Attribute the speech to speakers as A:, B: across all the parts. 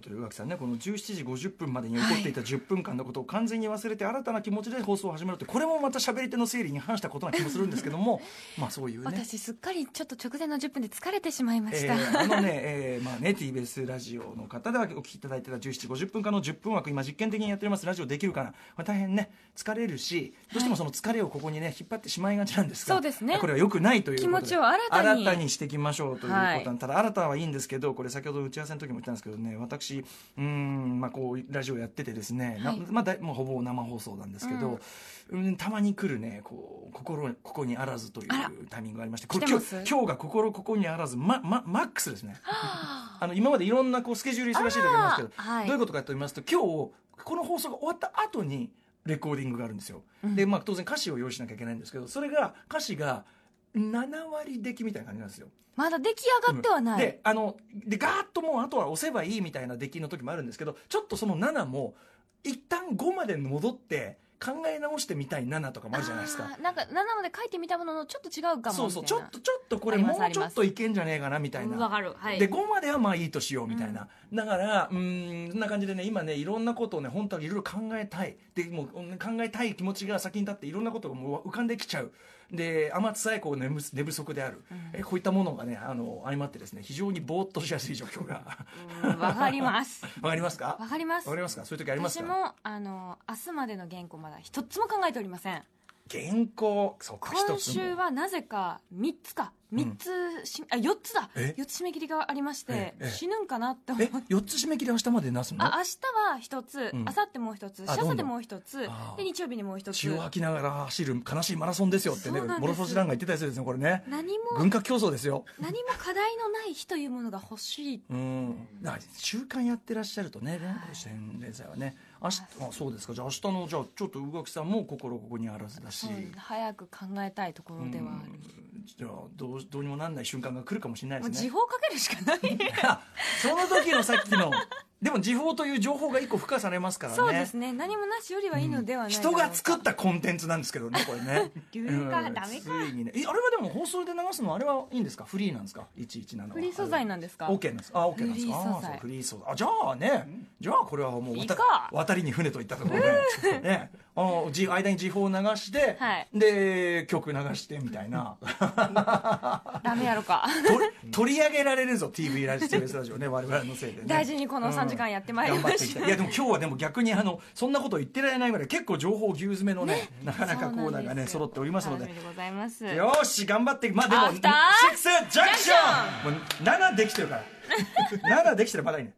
A: というわけさんねこの17時50分までに起こっていた10分間のことを完全に忘れて新たな気持ちで放送を始めるってこれもまた喋り手の整理に反したことな気もするんですけどもまあそういうね。
B: 私すっかりちょっと直前の10分で疲れてしまいました、
A: えーあのね、えーまあね、TBS ラジオの方ではお聞きいただいてた17時50分間の10分枠今実験的にやっておりますラジオできるかな、まあ、大変ね疲れるしどうしてもその疲れをここにね引っ張ってしまいがちなんですが
B: そうですね
A: これはよくないということで
B: 気持ちを新たに
A: していきましょうということなんで、
B: は
A: ただ新たはいいんですけどこれ先ほど打ち合わせの時も言ったんですけどね私うーん、まあ、こうラジオやっててですね、な
B: はい
A: まあ、だいもうほぼ生放送なんですけど、うんたまに来るねこう心ここにあらずという
B: あら
A: タイミングがありましてこれ
B: 来て
A: 今
B: ま
A: 日
B: す
A: 今日が心ここにあらず、まま、マックスですね。あの今までいろんなこうスケジュール忙しい時ありますけど、
B: あーはい
A: どういうことかと言いますと今日この放送が終わった後にレコーディングがあるんですよ、
B: うん
A: でまあ当然歌詞を用意しなきゃいけないんですけどそれが歌詞が7割出来みたいな感じなんですよ
B: まだ出来上がってはない、
A: であのでガーッともうあとは押せばいいみたいな出来の時もあるんですけどちょっとその7も一旦5まで戻って考え直してみたい7とかもあるじゃないですか
B: あーなんか7まで書いてみたもののちょっと違うかもみたいな
A: そうそうちょっとちょっとこれ
B: ありま
A: も
B: すあ
A: う
B: り
A: ちょ
B: ま
A: っ
B: す
A: といけんじゃねえかなみたいな
B: わかるはい
A: で5まではまあいいとしようみたいな、だからうーんそんな感じでね今ねいろんなことをね本当はいろいろ考えたいでもううん考えたい気持ちが先に立っていろんなことがもう浮かんできちゃうで天津さえこう寝む寝不足である、えこういったものがねあの相まってですね非常にぼーっとしやすい状況が
B: うんわかります
A: わかりますか
B: わかります
A: わかりますかそういう時あります
B: 私
A: か
B: もあの明日までの原稿まだ一つも考えておりません
A: 原稿そこ一つも
B: 今週はなぜか3つか3つし、あ4つだ
A: え
B: 4つ締め切りがありまし
A: え
B: て
A: ええ
B: 死ぬんかなって思
A: え
B: って
A: 4つ締め切り明日までなすの
B: あ明日は1つ、
A: うん
B: 明後日もう1つ
A: あ
B: し
A: ど
B: あさ
A: ん
B: っ
A: ど
B: て
A: ん
B: もう1つ
A: あー
B: で日曜日にもう1
A: 血を
B: つ
A: 吐きながら走る悲しいマラソンですよってね
B: そうなんです
A: モロソジランが言ってたやつですねこれね
B: 何も
A: 軍拡競争ですよ
B: 何も課題のない日というものが欲しい
A: うんだから習慣やってらっしゃるとね連連載はね明日あそうですかじゃあ明日のじゃあちょっと宇垣さんも心ここにあらずだし
B: そう早く考えたいところではある、
A: じゃあどうどうにもなんない瞬間が来るかもしれない
B: もう
A: です
B: 時
A: ね
B: 報かけるしかない
A: あ その時のさっきのでも時報という情報が一個付加されますからね
B: そうですね何もなしよりはいいのではないだろ
A: 人
B: うか
A: が作ったコンテンツなんですけどねこれね
B: 流化
A: うん
B: ダメか
A: ついにねえあれはでも放送で流すのあれはいいんですかフリーなんですか117は
B: フリー素材なんですか
A: オーケーなんですあオーケーなんですか
B: フリー素材
A: あそうフリー素材あじゃあね、じゃあこれはもう
B: いい
A: 渡
B: か
A: 渡りに船といったところで、ね、あのじ間に時報を流して、
B: はい
A: で曲流してみたいな
B: ダメやろか
A: と取り上げられるぞ TV ラジオ TBS ラジオね我々のせいでね
B: 大事にこの3時間やってまいり
A: 頑張
B: ま
A: っていき
B: した
A: たいいやでも今日はでも逆にあのそんなこと言ってられないぐらい結構情報牛詰めのねなかなかコーナーがね揃っておりますので
B: 楽しみでございます
A: よーし頑張ってまあで
B: ア
A: も
B: フター
A: シックスジャンクションもう7できてるから7できてるまだいいね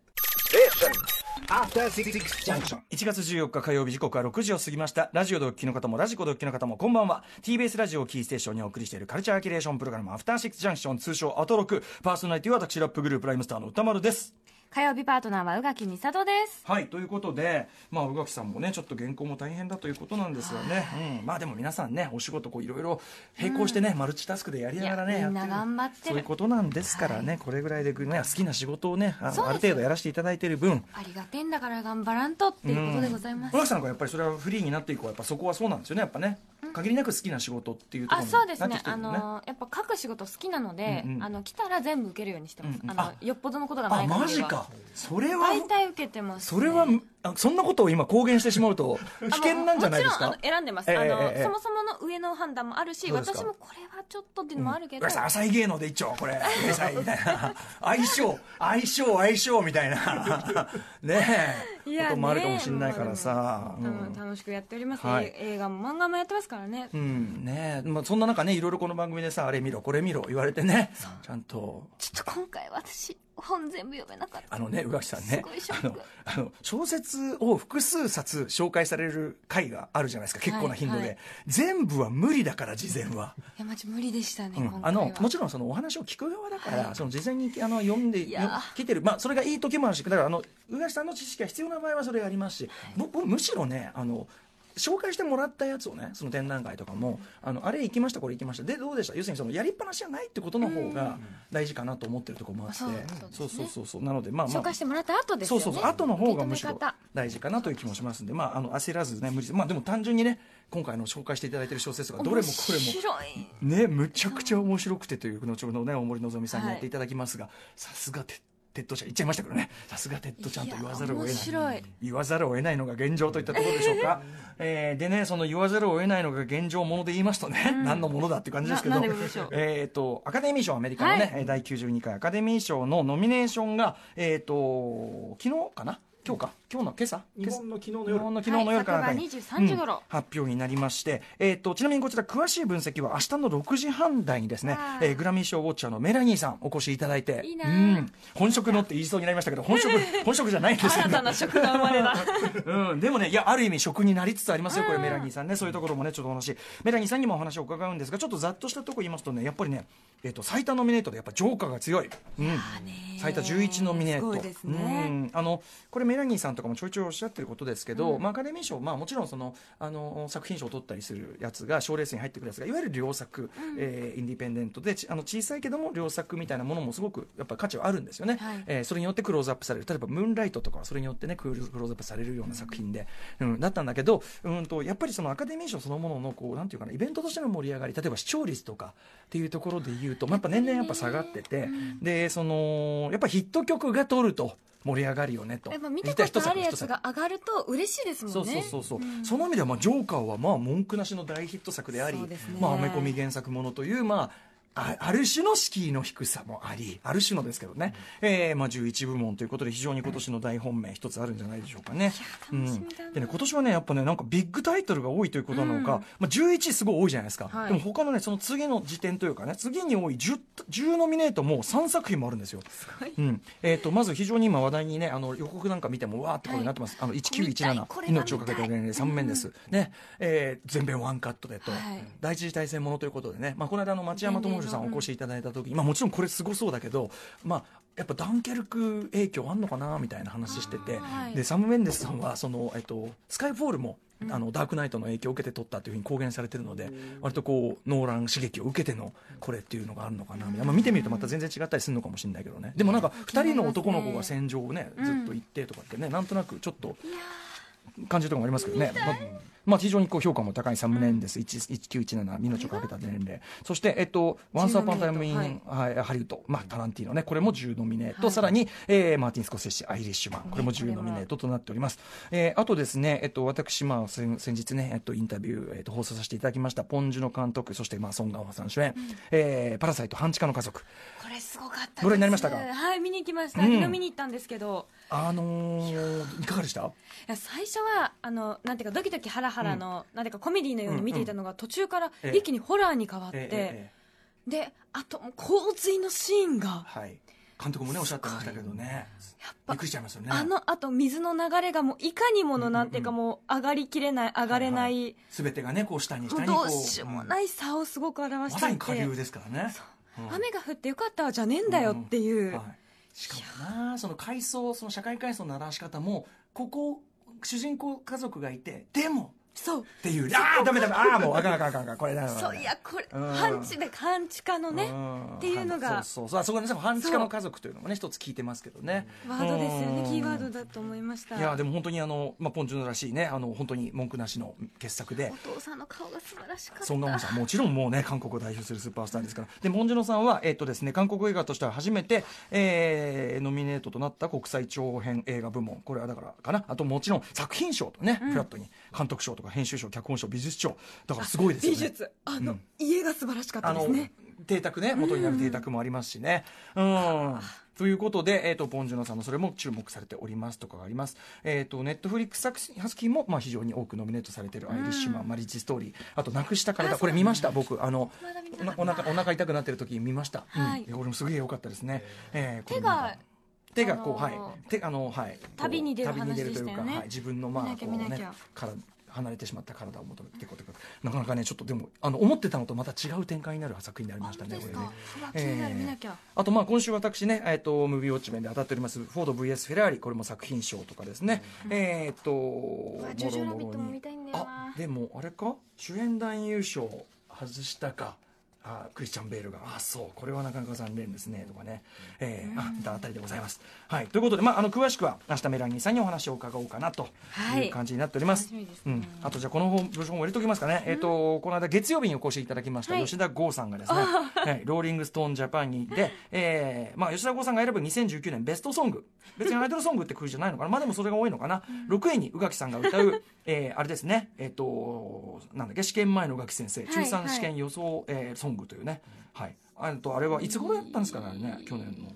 C: After Six Junction.
A: 1月14日火曜日時刻は6時を過ぎましたラジオでお聞きの方もラジコでお聞きの方もこんばんは TBS ラジオをキーステーションにお送りしているカルチャーキュレーションプログラム「アフターシックスジャンクション」通称アトロクパーソナリティは私ラップグループライムスターの歌丸です
B: 火曜日パートナーは宇垣美里です
A: はいということで、まあ、宇垣さんもねちょっと原稿も大変だということなんですよね、うん、まあでも皆さんねお仕事こういろいろ並行してね、マルチタスクでやりながらね
B: いや
A: や
B: みんな
A: ってる
B: 頑張ってる
A: そういうことなんですからね、これぐらいで、ね、好きな仕事をねあの
B: そう
A: あ
B: です
A: る程度やらせていただいてる分
B: ありがてんだから頑張らんとっていうことでございま
A: 宇
B: す
A: 垣さんがやっぱりそれはフリーになっていくはやっぱそこはそうなんですよねやっぱね限りなく好きな仕事っていうところ
B: あ
A: に
B: そうです
A: な
B: ね
A: ってきて
B: あ
A: るよ
B: のやっぱ書く仕事好きなので、
A: うんうん
B: あの来たら全部受けるようにしてます、
A: うんうん
B: あ
A: あ
B: のよっぽどのことがな
A: あ
B: い限りは
A: マジかそれは
B: 大体受けてます、
A: それはあそんなことを今公言してしまうと危
B: あもう
A: 険なんじゃないですか
B: もちろんあの選んでます、
A: ええ
B: あの
A: ええ
B: そもそもの上の判断もあるし
A: そうですか
B: 私もこれはちょっとっていうのもあるけど、
A: うんさん浅い芸能で一丁これうさいみたいな相性相性相性みたいな ね
B: い
A: え
B: や
A: こともあるかもしれないからさ
B: もうでも楽しくやっております、
A: はい
B: 映画も漫画もやってますからね、
A: うん、うんねえまあ、そんな中ねいろいろこの番組でさあれ見ろこれ見ろ言われてねちゃんと
B: ちょっと今回私本全部読めなかった
A: あのね宇垣さんね
B: すごいショ
A: あ
B: ッ
A: の
B: ク
A: あの小説を複数冊紹介される回があるじゃないですか結構な頻度で、
B: はいはい
A: 全部は無理だから事前は。
B: いやマジ無理でしたね、
A: うん
B: 今
A: あ
B: 回は
A: のもちろんそのお話を聞く側だから、
B: は
A: その事前にあの読んで
B: いやー
A: よ聞いてる、まあ、それがいい時もあるしだからあの宇垣さんの知識が必要な場合はそれがありますし、ぼ僕むしろねあの紹介してもらったやつをねその展覧会とかもあのあれ行きましたこれ行きましたでどうでした要するにそのやりっぱなしじゃないってことの方が大事かなと思ってるところもあって、
B: そう
A: そうそ
B: そう
A: うそうそうなのでまあま
B: 紹
A: あ
B: 介してもらった後ですよね
A: そうそうそう後の方がむし
B: 受
A: ろ
B: け止め方
A: 大事かなという気もしますんで、まあ、あの焦らずね無理せまあでも単純にね今回の紹介していただいてる小説がどれもこれ
B: 面
A: も
B: 白い
A: ねむちゃくちゃ面白くてという後ほどね大森のぞみさんに
B: はい
A: やっていただきますがさすが徹テッドちゃん言っちゃいましたけどねさすがテッドちゃんと言わざるを得ない
B: いや面白い
A: 言わざるを得ないのが現状といったところでしょうか、えーでねその言わざるを得ないのが現状もので言いますとね、何のものだって感じですけど
B: ななんでもでしょう
A: えー、とアカデミー賞アメリカのね、
B: は
A: えー第92回アカデミー賞のノミネーションが、えー、と昨日かな今日か今日の今朝
C: 日本の昨日の
A: 日
C: 夜
A: 本の昨日の夜から
B: はい昨晩23時頃
A: 発表になりまして、えー、とちなみにこちら詳しい分析は明日の6時半台にですね
B: あ、ー
A: えーグラミー賞ウォッチャーのメラニーさんお越しいただいて
B: いいな
A: う
B: ー
A: ん、本職のって言いそうになりましたけど本 職本職じゃないんですよ
B: 新たな食が生ま れた
A: うん、でもねいやある意味職になりつつありますよこれメラニーさんねそういうところもねちょっとお話メラニーさんにもお話を伺うんですがちょっとざっとしたとこ言いますとねやっぱりね、えっと最多ノミネートでやっぱジョーカーが強い、うん、最多11ノミネート
B: すごいですね
A: うん、あのこれメラニーさんとかもちょいちょいおっしゃってることですけど、まあ、アカデミー賞、まあ、もちろんそのあの作品賞を取ったりするやつが賞レースに入ってくるやつがいわゆる良作、えーインディペンデントでちあの小さいけども良作みたいなものもすごくやっぱ価値はあるんですよね、
B: はい
A: えーそれによってクローズアップされる例えば「ムーンライト」とかはそれによってねクールクローズアップされるような作品で、うん、だったんだけど、うん、とやっぱりそのアカデミー賞そのもののこうなんていうかなイベントとしての盛り上がり例えば視聴率とかっていうところで言うと、まあ、やっぱ年々やっぱ下がってて、でそのやっぱヒット曲が取ると盛り上がるよねと
B: やっぱ見たことあるやつが上がると嬉しいですもん
A: そう
B: ね
A: そうそうそう、その意味ではまあジョーカーはまあ文句なしの大ヒット作であり
B: そうですね
A: まあアメコミ原作ものというまああある種の敷居の低さもありある種のですけどね、えーまあ、11部門ということで非常に今年の大本命一つあるんじゃないでしょうかね。
B: 楽しみだな
A: うんでね今年はねやっぱねなんかビッグタイトルが多いということなのか、まあ、11すごい多いじゃないですか、
B: はい
A: でも他のねその次の時点というかね次に多い 10, 10ノミネートも3作品もあるんですよ。うんえー、とまず非常に今話題にねあの予告なんか見てもわーってことになってます、あの1917
B: これが見たい
A: 命をかけた連盟三面です、ねえー全米ワンカットでと、
B: はい
A: 第一次大戦ものということでね、まあ、この間あの町山智弘さんお越しいただいた時に、まあ、もちろんこれすごそうだけど、まあ、やっぱダンケルク影響あんのかなみたいな話してて、
B: はい
A: でサム・メンデスさんはその、えっと、スカイフォールもあのダークナイトの影響を受けて撮ったというふうに公言されてるので割とこうノーラン刺激を受けてのこれっていうのがあるのかなみたいな、まあ、見てみるとまた全然違ったりするのかもしれないけどねでもなんか2人の男の子が戦場をねずっと行ってとかってねなんとなくちょっと感じるところもありますけどね。まあまあ、非常にこう評価も高いサムネンです、1917、命をかけた年齢、そして、えっと、ワンサーパンタイムイン、
B: 10ノ
A: は
B: ミ
A: い
B: ネー、
A: ハリウッド、まあ、タランティーノね、これも10ノミネート、さらに、えーマーティン・スコセッシ、アイリッシュマン、これも10ノミネートとなっております。えーあとですね、えっと、私、まあ、先先日ね、えっと、インタビュー、えっと、放送させていただきました、ポンジュの監督、そして、まあ、ソン・ガンホさん主演、えーパラサイト、半地下の家族、
B: これすごかったです
A: ご覧になりましたか
B: はい見に行きました、
A: うん
B: 昨日見に行ったんですけど
A: あのーいかがでした
B: いや最初はあのなんていうかドキドキハラハラの、なんていうかコメディのように見ていたのが、途中から
A: ええ
B: 一気にホラーに変わって、であともう洪水のシーンが
A: はい、監督もね、おっしゃってましたけどね、びっくりしちゃいますよね。
B: あのあと水の流れがもういかにものなんていうかもう上がりきれない上がれない、
A: すべてがねこう下に下
B: もう
A: に
B: ど
A: こ
B: う
A: う
B: しようもない差をすご
A: う
B: く
A: ん
B: 表
A: ま
B: して
A: さ
B: い
A: に
B: て、
A: 下流ですからねうん
B: 雨が降ってよかったわじゃねえんだよっていう、
A: はい、しかもなその階層その社会階層の表し方もここ主人公家族がいてでも
B: そう
A: っていうああダメダメああもうあかんあかんあかんあかんこれだ
B: そういやこれ
A: うん
B: 半地で半地下のね
A: ん
B: っていうのが
A: そうそうそうあそこでね半地下の家族というのもね一つ聞いてますけどね
B: ワードですよ
A: う
B: ね
A: ん
B: キーワードだと思いました
A: いやでも本当にあの、まあ、ポンジュノらしいねあの本当に文句なしの傑作で
B: お父さんの顔が素晴らしかった
A: ソン・ガンホさんもちろんもうね韓国を代表するスーパースターですからでモンジュノさんは、えっとですね、韓国映画としては初めて、えーノミネートとなった国際長編映画部門これはだからかなあともちろん作品賞とね、フラットに監督賞とか編集賞脚本賞美術賞だからすごいですよ
B: 美
A: ね。
B: 術あの、家が素晴らしかったですね
A: 邸宅ね元になる邸宅もありますしね。うんということで、えー、とポン・ジュノさんのそれも注目されておりますとかがあります、えー、とネットフリックス作品も、まあ、非常に多くノミネートされている「アイリッシュマン」マリッジストーリー」あと「なくした体」これ見ました僕あの
B: まだ見て
A: お
B: な
A: な
B: か
A: お
B: った
A: 腹お腹痛くなってる時見ました、
B: はい
A: うん、これもすげえ良かったですね、えーこれ
B: 手が
A: 手がこう、
B: あのー
A: はい手あのはいこう
B: 旅に出る話
A: 旅
B: でしたよね
A: はい、自分のまあ
B: 見なきゃ
A: こう
B: 見な
A: ね
B: きゃ
A: から離れてしまった体を求めてこうということなかなかねちょっとでもあの思ってたのとまた違う展開になる作品になりましたね
B: あ本当です
A: これ
B: か
A: ね
B: うわ気になる見なきゃ
A: あとまあ今週私ね、えっとムービーウォッチ面で当たっておりますフォード VS フェラーリこれも作品賞とかですね、えっとも
B: わジョジョラビットも見たいんだよな
A: あでもあれか主演男優賞外したかあクリスチャン・ベールが、あそう、これはなかなか残念ですね、とかね、えーあいたあたりでございます。はい、ということで、まあ、あの詳しくは、明日メラニーさんにお話を伺おうかなと
B: は
A: い
B: い
A: う感じになっております。
B: 楽しみです
A: う
B: ね
A: ん、あと、じゃあ、この本、文章も入れときますかね、えっ、と、この間、月曜日にお越しいただきました、
B: はい
A: 吉田剛さんが ですね、はい、ローリング・ストーン・ジャパンにで、えーまあ、吉田剛さんが選ぶ2019年ベストソング、別にアイドルソングってくじゃないのかな、まあ、でもそれが多いのかな、6位に宇垣さんが歌 う、えーあれですね、えっ、と、なんだっけ、試験前の宇垣先生、中
B: は
A: 3
B: いはい
A: 試験予想、えーソングというね、はい、あとあれはいつ頃やったんですかねあれね去年の
B: い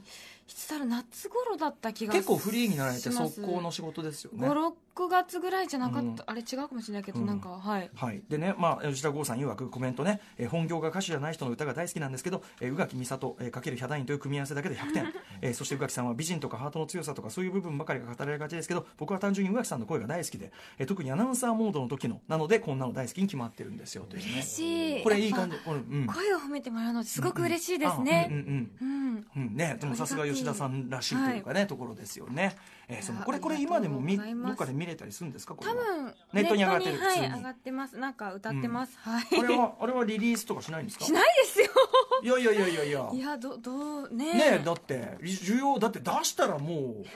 B: つだろう夏頃だった気が
A: 結構フリーになられ
B: してます
A: 速攻の仕事ですよね
B: 56月ぐらいじゃなかった、
A: うん
B: あれ違うかもしれないけど、
A: うん
B: なんかはい
A: はい、でね、まあ、吉田剛さん曰くコメントね、えー本業が歌手じゃない人の歌が大好きなんですけど、えー宇垣美里、えー、×ヒャダインという組み合わせだけで100点、えーそして宇垣さんは美人とかハートの強さとかそういう部分ばかりが語られがちですけど僕は単純に宇垣さんの声が大好きで、えー特にアナウンサーモードの時のなのでこんなの大好きに決まってるんですよというね
B: 嬉しい
A: これいい感
B: じ
A: じ、これうん、
B: 声を褒めてもらうのってすごく嬉しいですね
A: うんうんうん
B: うん、
A: うんね、でもさすが吉田さんらしいというかね、ところですよね。えーその
B: いや
A: これこれ
B: あり
A: 今
B: がとう
A: でもみ
B: ご
A: ど
B: ざいます
A: っかで見れたりするんですかこれ
B: 多
A: は
B: 分
A: ネットに上がってる
B: ネット
A: 普
B: に
A: 通
B: はい
A: に
B: 上がってますなんか歌ってます、はい
A: これはあれはリリースとかしないん ですか？
B: しないですよ
A: いやいやいやいやいや。
B: いやどどうね
A: ねだって需要だって出したらもう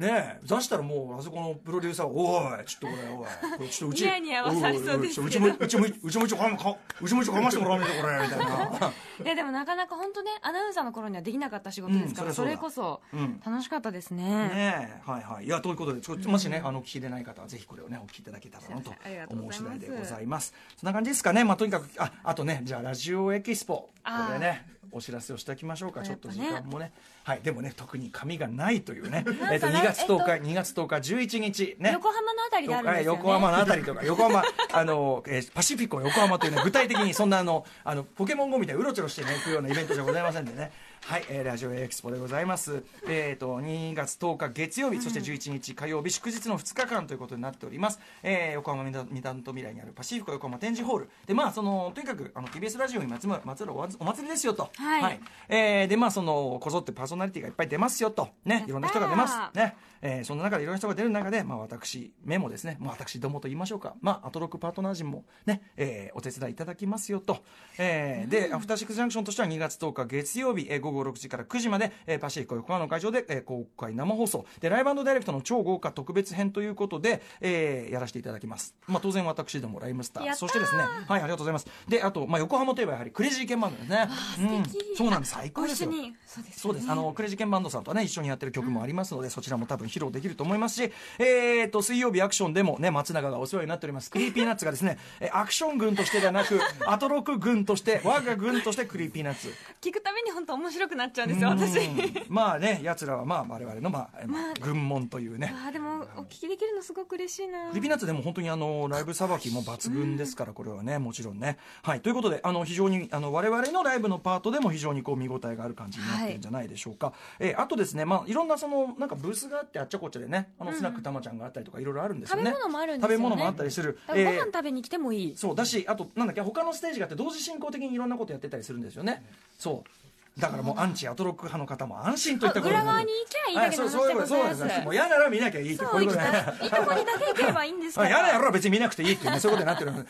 A: ね出したらもうあそこのプロデューサーがおいちょっとこれおいこれちょっとうち
B: ニヤニヤはされそうですけど
A: おいおいおいちょっとうちもうちもうちもうちもかまかうちもうちもかましてもらわないとこれみたいな
B: いやでもなかなか本当ねアナウンサーの頃にはできなかった仕事ですから、
A: うんそ
B: そ
A: りゃ
B: れ
A: そうだ
B: こ
A: う
B: そ
A: ん
B: 楽しかったですね
A: ねえはいはいいやということでちょもしね、あのお聞きでない方はぜひこれをねお聞きいただけたらなと
B: すいませんありがとう
A: 思
B: ご
A: う
B: ざ
A: 次
B: います
A: 第でございますそんな感じですかねまあとにかくああとねじゃあラジオエキスポこ
B: あー
A: れねお知らせをしておきましょうか、
B: あ
A: ちょ
B: や
A: っ
B: っ
A: と
B: ぱ
A: 時
B: ね
A: 間もねはいでもね特に紙がないと いうね
B: か
A: えっと2月
B: えっと
A: 10日、2月10日11日ね
B: 横浜のあたりであるんですよね
A: 横浜のあたりとか横浜あの、えーパシフィコ横浜というね具体的にそんなあのあのポケモン GO みたいにうろちょろして、ね、行くようなイベントじゃございませんでねはい、えーラジオエキスポでございますえっ、と2月10日月曜日そして11日火曜日祝日の2日間ということになっております、えー横浜みなみなとみらいにあるパシフィコ横浜展示ホールでまあそのとにかくあの TBS ラジオにまつままつわるお祭お祭りですよと
B: はい
A: えーでまあそのこぞってパーソナリティがいっぱい出ますよとねいろんな人が出ます
B: やったー
A: ね、えーそんな中でいろんな人が出る中で、まあ、私メモですね、まあ、私どもと言いましょうか、まあ、アトロックパートナー陣もね、えーお手伝いいただきますよと、えーでアフターシックスジャンクションとしては2月10日月曜日、えー午後6時から9時まで、えーパシフィコ横浜の会場で、えー公開生放送でライブダイレクトの超豪華特別編ということで、えーやらせていただきます、まあ、当然私どもライムスター
B: やった
A: そ
B: ー
A: してですねはいありがとうございますであと、まあ、横浜といえばやはりクレイジーケンバンドですね
B: わあ素敵
A: うん、そうなんです最
B: ご
A: 高です
B: 一緒
A: よ
B: にそうです
A: そう
B: よ
A: で
B: ね
A: す。あの、クレイジーケンバンドさんとはね、一緒にやってる曲もありますので、そちらも多分披露できると思いますし、えーと、水曜日アクションでもね、松永がお世話になっております。クリーピーナッツがです ね、えアクション軍としてではなく、アトロク軍として、我が軍としてクリーピーナッ ツ。
B: 聞くために本当面白くなっちゃうんですよ私
A: うんまあね、奴らはまあ我々の、まあ、まあ軍門というね。
B: あーでもお聞きできるのすごく嬉しいな
A: クリピナッツでも本当にあのライブさばきも抜群ですから、これはね、もちろんね。はい、ということで、あの非常にあの我々のライブのパートでも非常にこう見応えがある感じになってるんじゃないでしょうか。えーあとですね、まあ、いろんなそのなんかブースがあって、あっちゃこっちゃでね、あのスナックたまちゃんがあったりとか、いろいろあるんですよね。
B: 食べ物もあるんですよね
A: 食べ物もあったりする。
B: だからご
A: え
B: 飯
A: ー
B: 食べに来てもいい、
A: そうだしあとなんだっけ他のステージがあって同時進行的にいろんなことやってたりするんですよね、そうだからもうアンチアトロック派の方も安心といったこと
B: あ裏側に行きゃいいだけの
A: はそうそういうこと
B: 話でございます
A: そうですもう嫌なら見なきゃいいってこ
B: そう
A: いう
B: 行
A: こ
B: き
A: とね
B: たいいいとこにだけ行ければいいんです
A: あ
B: から
A: 嫌 な野郎は別に見なくていいっていうねそういうことになってる
B: ま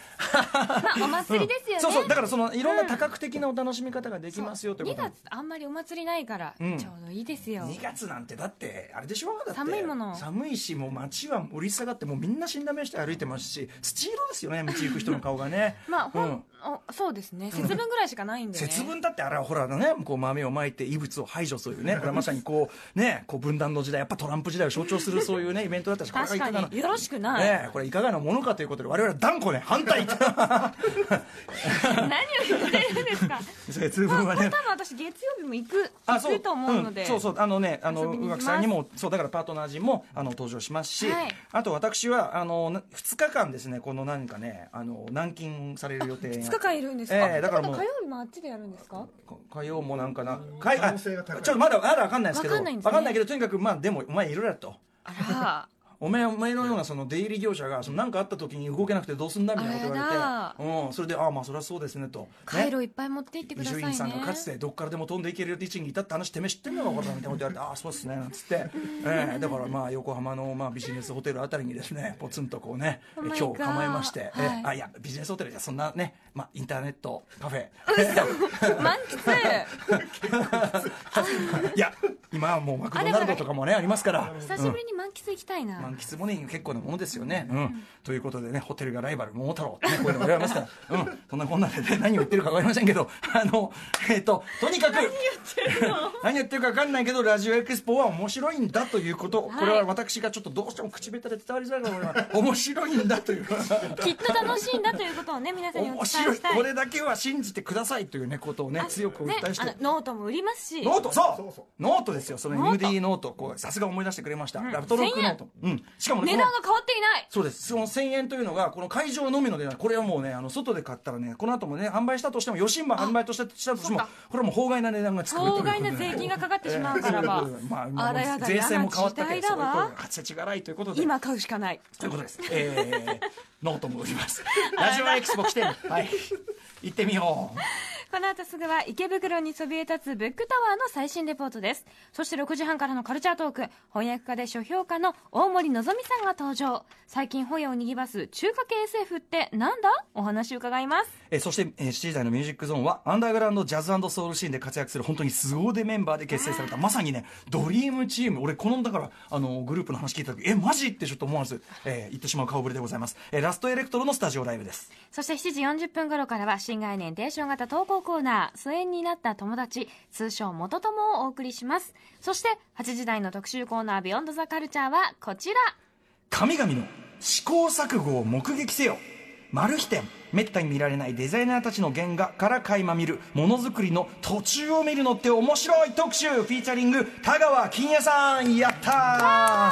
B: あお祭り ですよね、
A: そうそうだからそのいろんな多角的なお楽しみ方ができますよってこと
B: 2月あんまりお祭りないから、
A: ん
B: ちょうどいいですよ
A: 2月なんてだってあれでしょだって
B: 寒いもの
A: 寒いしもう街は盛り下がってもうみんな死んだ目して歩いてますし土色ですよね道行く人の顔が ね
B: まあ、ほん
A: うん
B: おそうですね節分ぐらいしかないんで、ね、
A: 節分だってあれはほらねこう豆をまいて異物を排除というねこれはまさにこうねこう分断の時代やっぱトランプ時代を象徴するそういうねイベントだったしこれがい
B: 確
A: か
B: か
A: がな
B: によろしくない、
A: ねえこれいかがなものかということで我々は断固ね反対
B: 何を言ってるんで すか
A: 節
B: まあ
A: 分は
B: これ
A: ね
B: 多分私月曜日も行く
A: あ
B: 行
A: そう
B: くと思うので、
A: んそうそうあのねあの
B: 遊びに
A: 宇
B: 行きま
A: 垣
B: す
A: さんにもそうだからパートナー陣もあの登場しますし、
B: はい
A: あと私はあのな2日間ですねこの何かねあの軟禁される予定
B: 2日間いるんですか、
A: ええだからもう
B: ってことは火曜日もあっちでやるんですか
A: こ火曜もなんかなかいあ
C: 能性が高い
A: ちょっとまだまだわかんないですけど
B: わかんないんです ね
A: わかんないけどとにかくまあでもお前いろいろだと
B: あら
A: お前お前のようなその出入り業者がその何かあった時に動けなくてどうすんだみたいなこと言われて、うん、それでああまあそれはそうですねとね
B: 回路いっぱい持って行ってく
A: 伊
B: ださ
A: 集
B: いね
A: 院さんがかつてどっからでも飛んでいける位置にいたって話てめえ知ってんのかこれみたいなこと言われてああそうですねなんつって、ええだからまあ横浜のまあビジネスホテルあたりにですねポツンとこうね
B: Oh
A: 今
B: my
A: 日
B: god
A: 構えまして、ええ
B: はい
A: あいやビジネスホテルじゃそんなね、まあ、インターネットカフェ
B: 満 喫
A: いや今はもうマクドナルドとかもねありますから
B: 久しぶりに満喫行きたいな、
A: 満喫もね結構なものですよね、うん、ということでねホテルがライバル桃太郎って、ね、こういうのもやりますから、うん、そんなこんなで、ね、何を言ってるか分かりませんけど あのえっ、ととにかく何言って るか分かんないけどラジオエクスポは面白いんだということ、これは私がちょっとどうしても口下手で伝わりづらいから面白いんだという
B: きっと楽しいんだということをね皆さんにお伝
A: 面
B: え
A: 白い
B: したい
A: これだけは信じてくださいというねことをね強くお
B: ね
A: 伝えして、
B: あのノートも売りますし
A: ノートそう
C: そうそう
A: ノートですよその
B: ノート
A: MD ノートこうさすが思い出してくれました、ラブトロックノート、うん、しかもね
B: 値段が変わっていない
A: そうです。その1000円というのが、この会場のみの値段、これはもうね、あの、外で買ったらね、この後もね、販売したとしても、余震も販売としたしたとしても
B: そっか、
A: これはもう法外な値段がつくという
B: 法
A: ことで
B: 外な税金がかかってしまうからは、
A: まあ、ま
B: あら
A: あ
B: や、だ
A: 税制も変わったけ
B: 嫌な時代
A: ど、
B: だ
A: そういう
B: わ
A: ことが形がないということで、
B: 今買うしかない
A: ということです。えー、ノートも売り ます。ラジオエクスポ来てねはい。行ってみよう。
B: この後すぐは池袋にそびえ立つブックタワーの最新レポートですそして6時半からのカルチャートーク翻訳家で書評家の大森のぞみさんが登場最近本屋をにぎわす中華系 SF ってなんだお話伺います
A: えーそして、えー、7時台のミュージックゾーンは、アンダーグラウンドジャズソウルシーンで活躍する、本当に凄腕メンバーで結成された、まさにね、ドリームチーム。俺、この、だから、あの、グループの話聞いた時、え、マジってちょっと思わず、えー言ってしまう顔ぶれでございます。えーラストエレクトロのスタジオライブです。
B: そして7時40分頃からは新概念提唱型投稿コーナー疎遠になった友達通称元友をお送りしますそして8時台の特集コーナービヨンドザカルチャーはこちら
A: 神々の試行錯誤を目撃せよ。マルヒ店。めったに見られないデザイナーたちの原画から垣間見るものづくりの途中を見るのって面白い特集フィーチャリング田川金也さんやった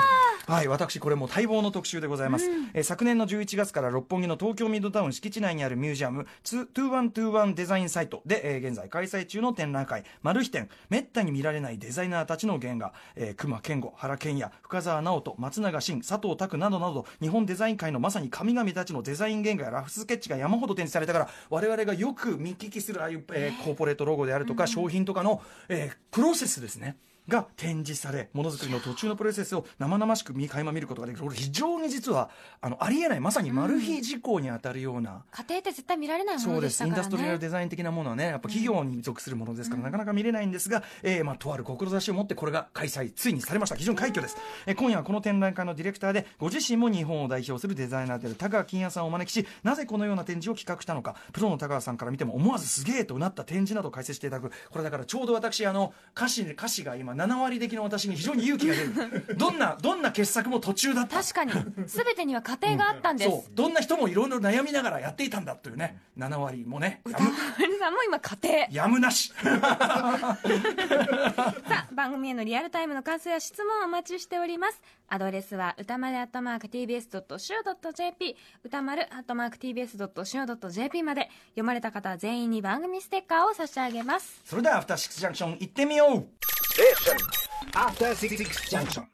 A: ーはい、私これもう待望の特集でございます、えー昨年の11月から六本木の東京ミッドタウン敷地内にあるミュージアム2 2121デザインサイトで、えー現在開催中の展覧会マルヒ展めったに見られないデザイナーたちの原画、えー、熊健吾原健也深澤直人松永真佐藤拓などなど日本デザイン界のまさに神々たちのデザイン原画やラフスケッチが山ほど展示されたから我々がよく見聞きするああいう、えーコーポレートロゴであるとか商品とかの、えープロセスですねが展示されものづくりの途中のプロセスを生々しく見垣間見ることができるこれ非常に実はあのありえないまさにマル秘事項に当たるような、
B: 家庭って絶対見られないも
A: そ
B: の
A: う
B: で
A: で
B: し
A: す、
B: た
A: イン
B: か
A: ダ
B: ら
A: ストリアル
B: ね
A: デザイン的なものはねやっぱ企業に属するものですから、なかなか見れないんですが、えーまあ、とある志を持ってこれが開催ついにされました非常に快挙です、えー今夜はこの展覧会のディレクターでご自身も日本を代表するデザイナーである田川金也さんをお招きしなぜこのような展示を企画したのかプロの田川さんから見ても思わずすげえとうなった展示などを解説していただくこれだからちょうど私あの歌詞歌詞が今7割的の私に非常に勇気が出 るどんなどんな傑作も途中だった
B: 確かに全てには家庭があったんです、
A: そうどんな人もいろいろ悩みながらやっていたんだというね7割もねやむ
B: 皆さんも今家庭
A: やむなし
B: さあ番組へのリアルタイムの感想や質問をお待ちしておりますアドレスは歌丸アットマーク TBS.CO.JP 歌丸アットマーク TBS.CO.JP まで読まれた方全員に番組ステッカーを差し上げます
A: それではアフターシックスジャンクション行ってみよう
C: Station. After Six Junction.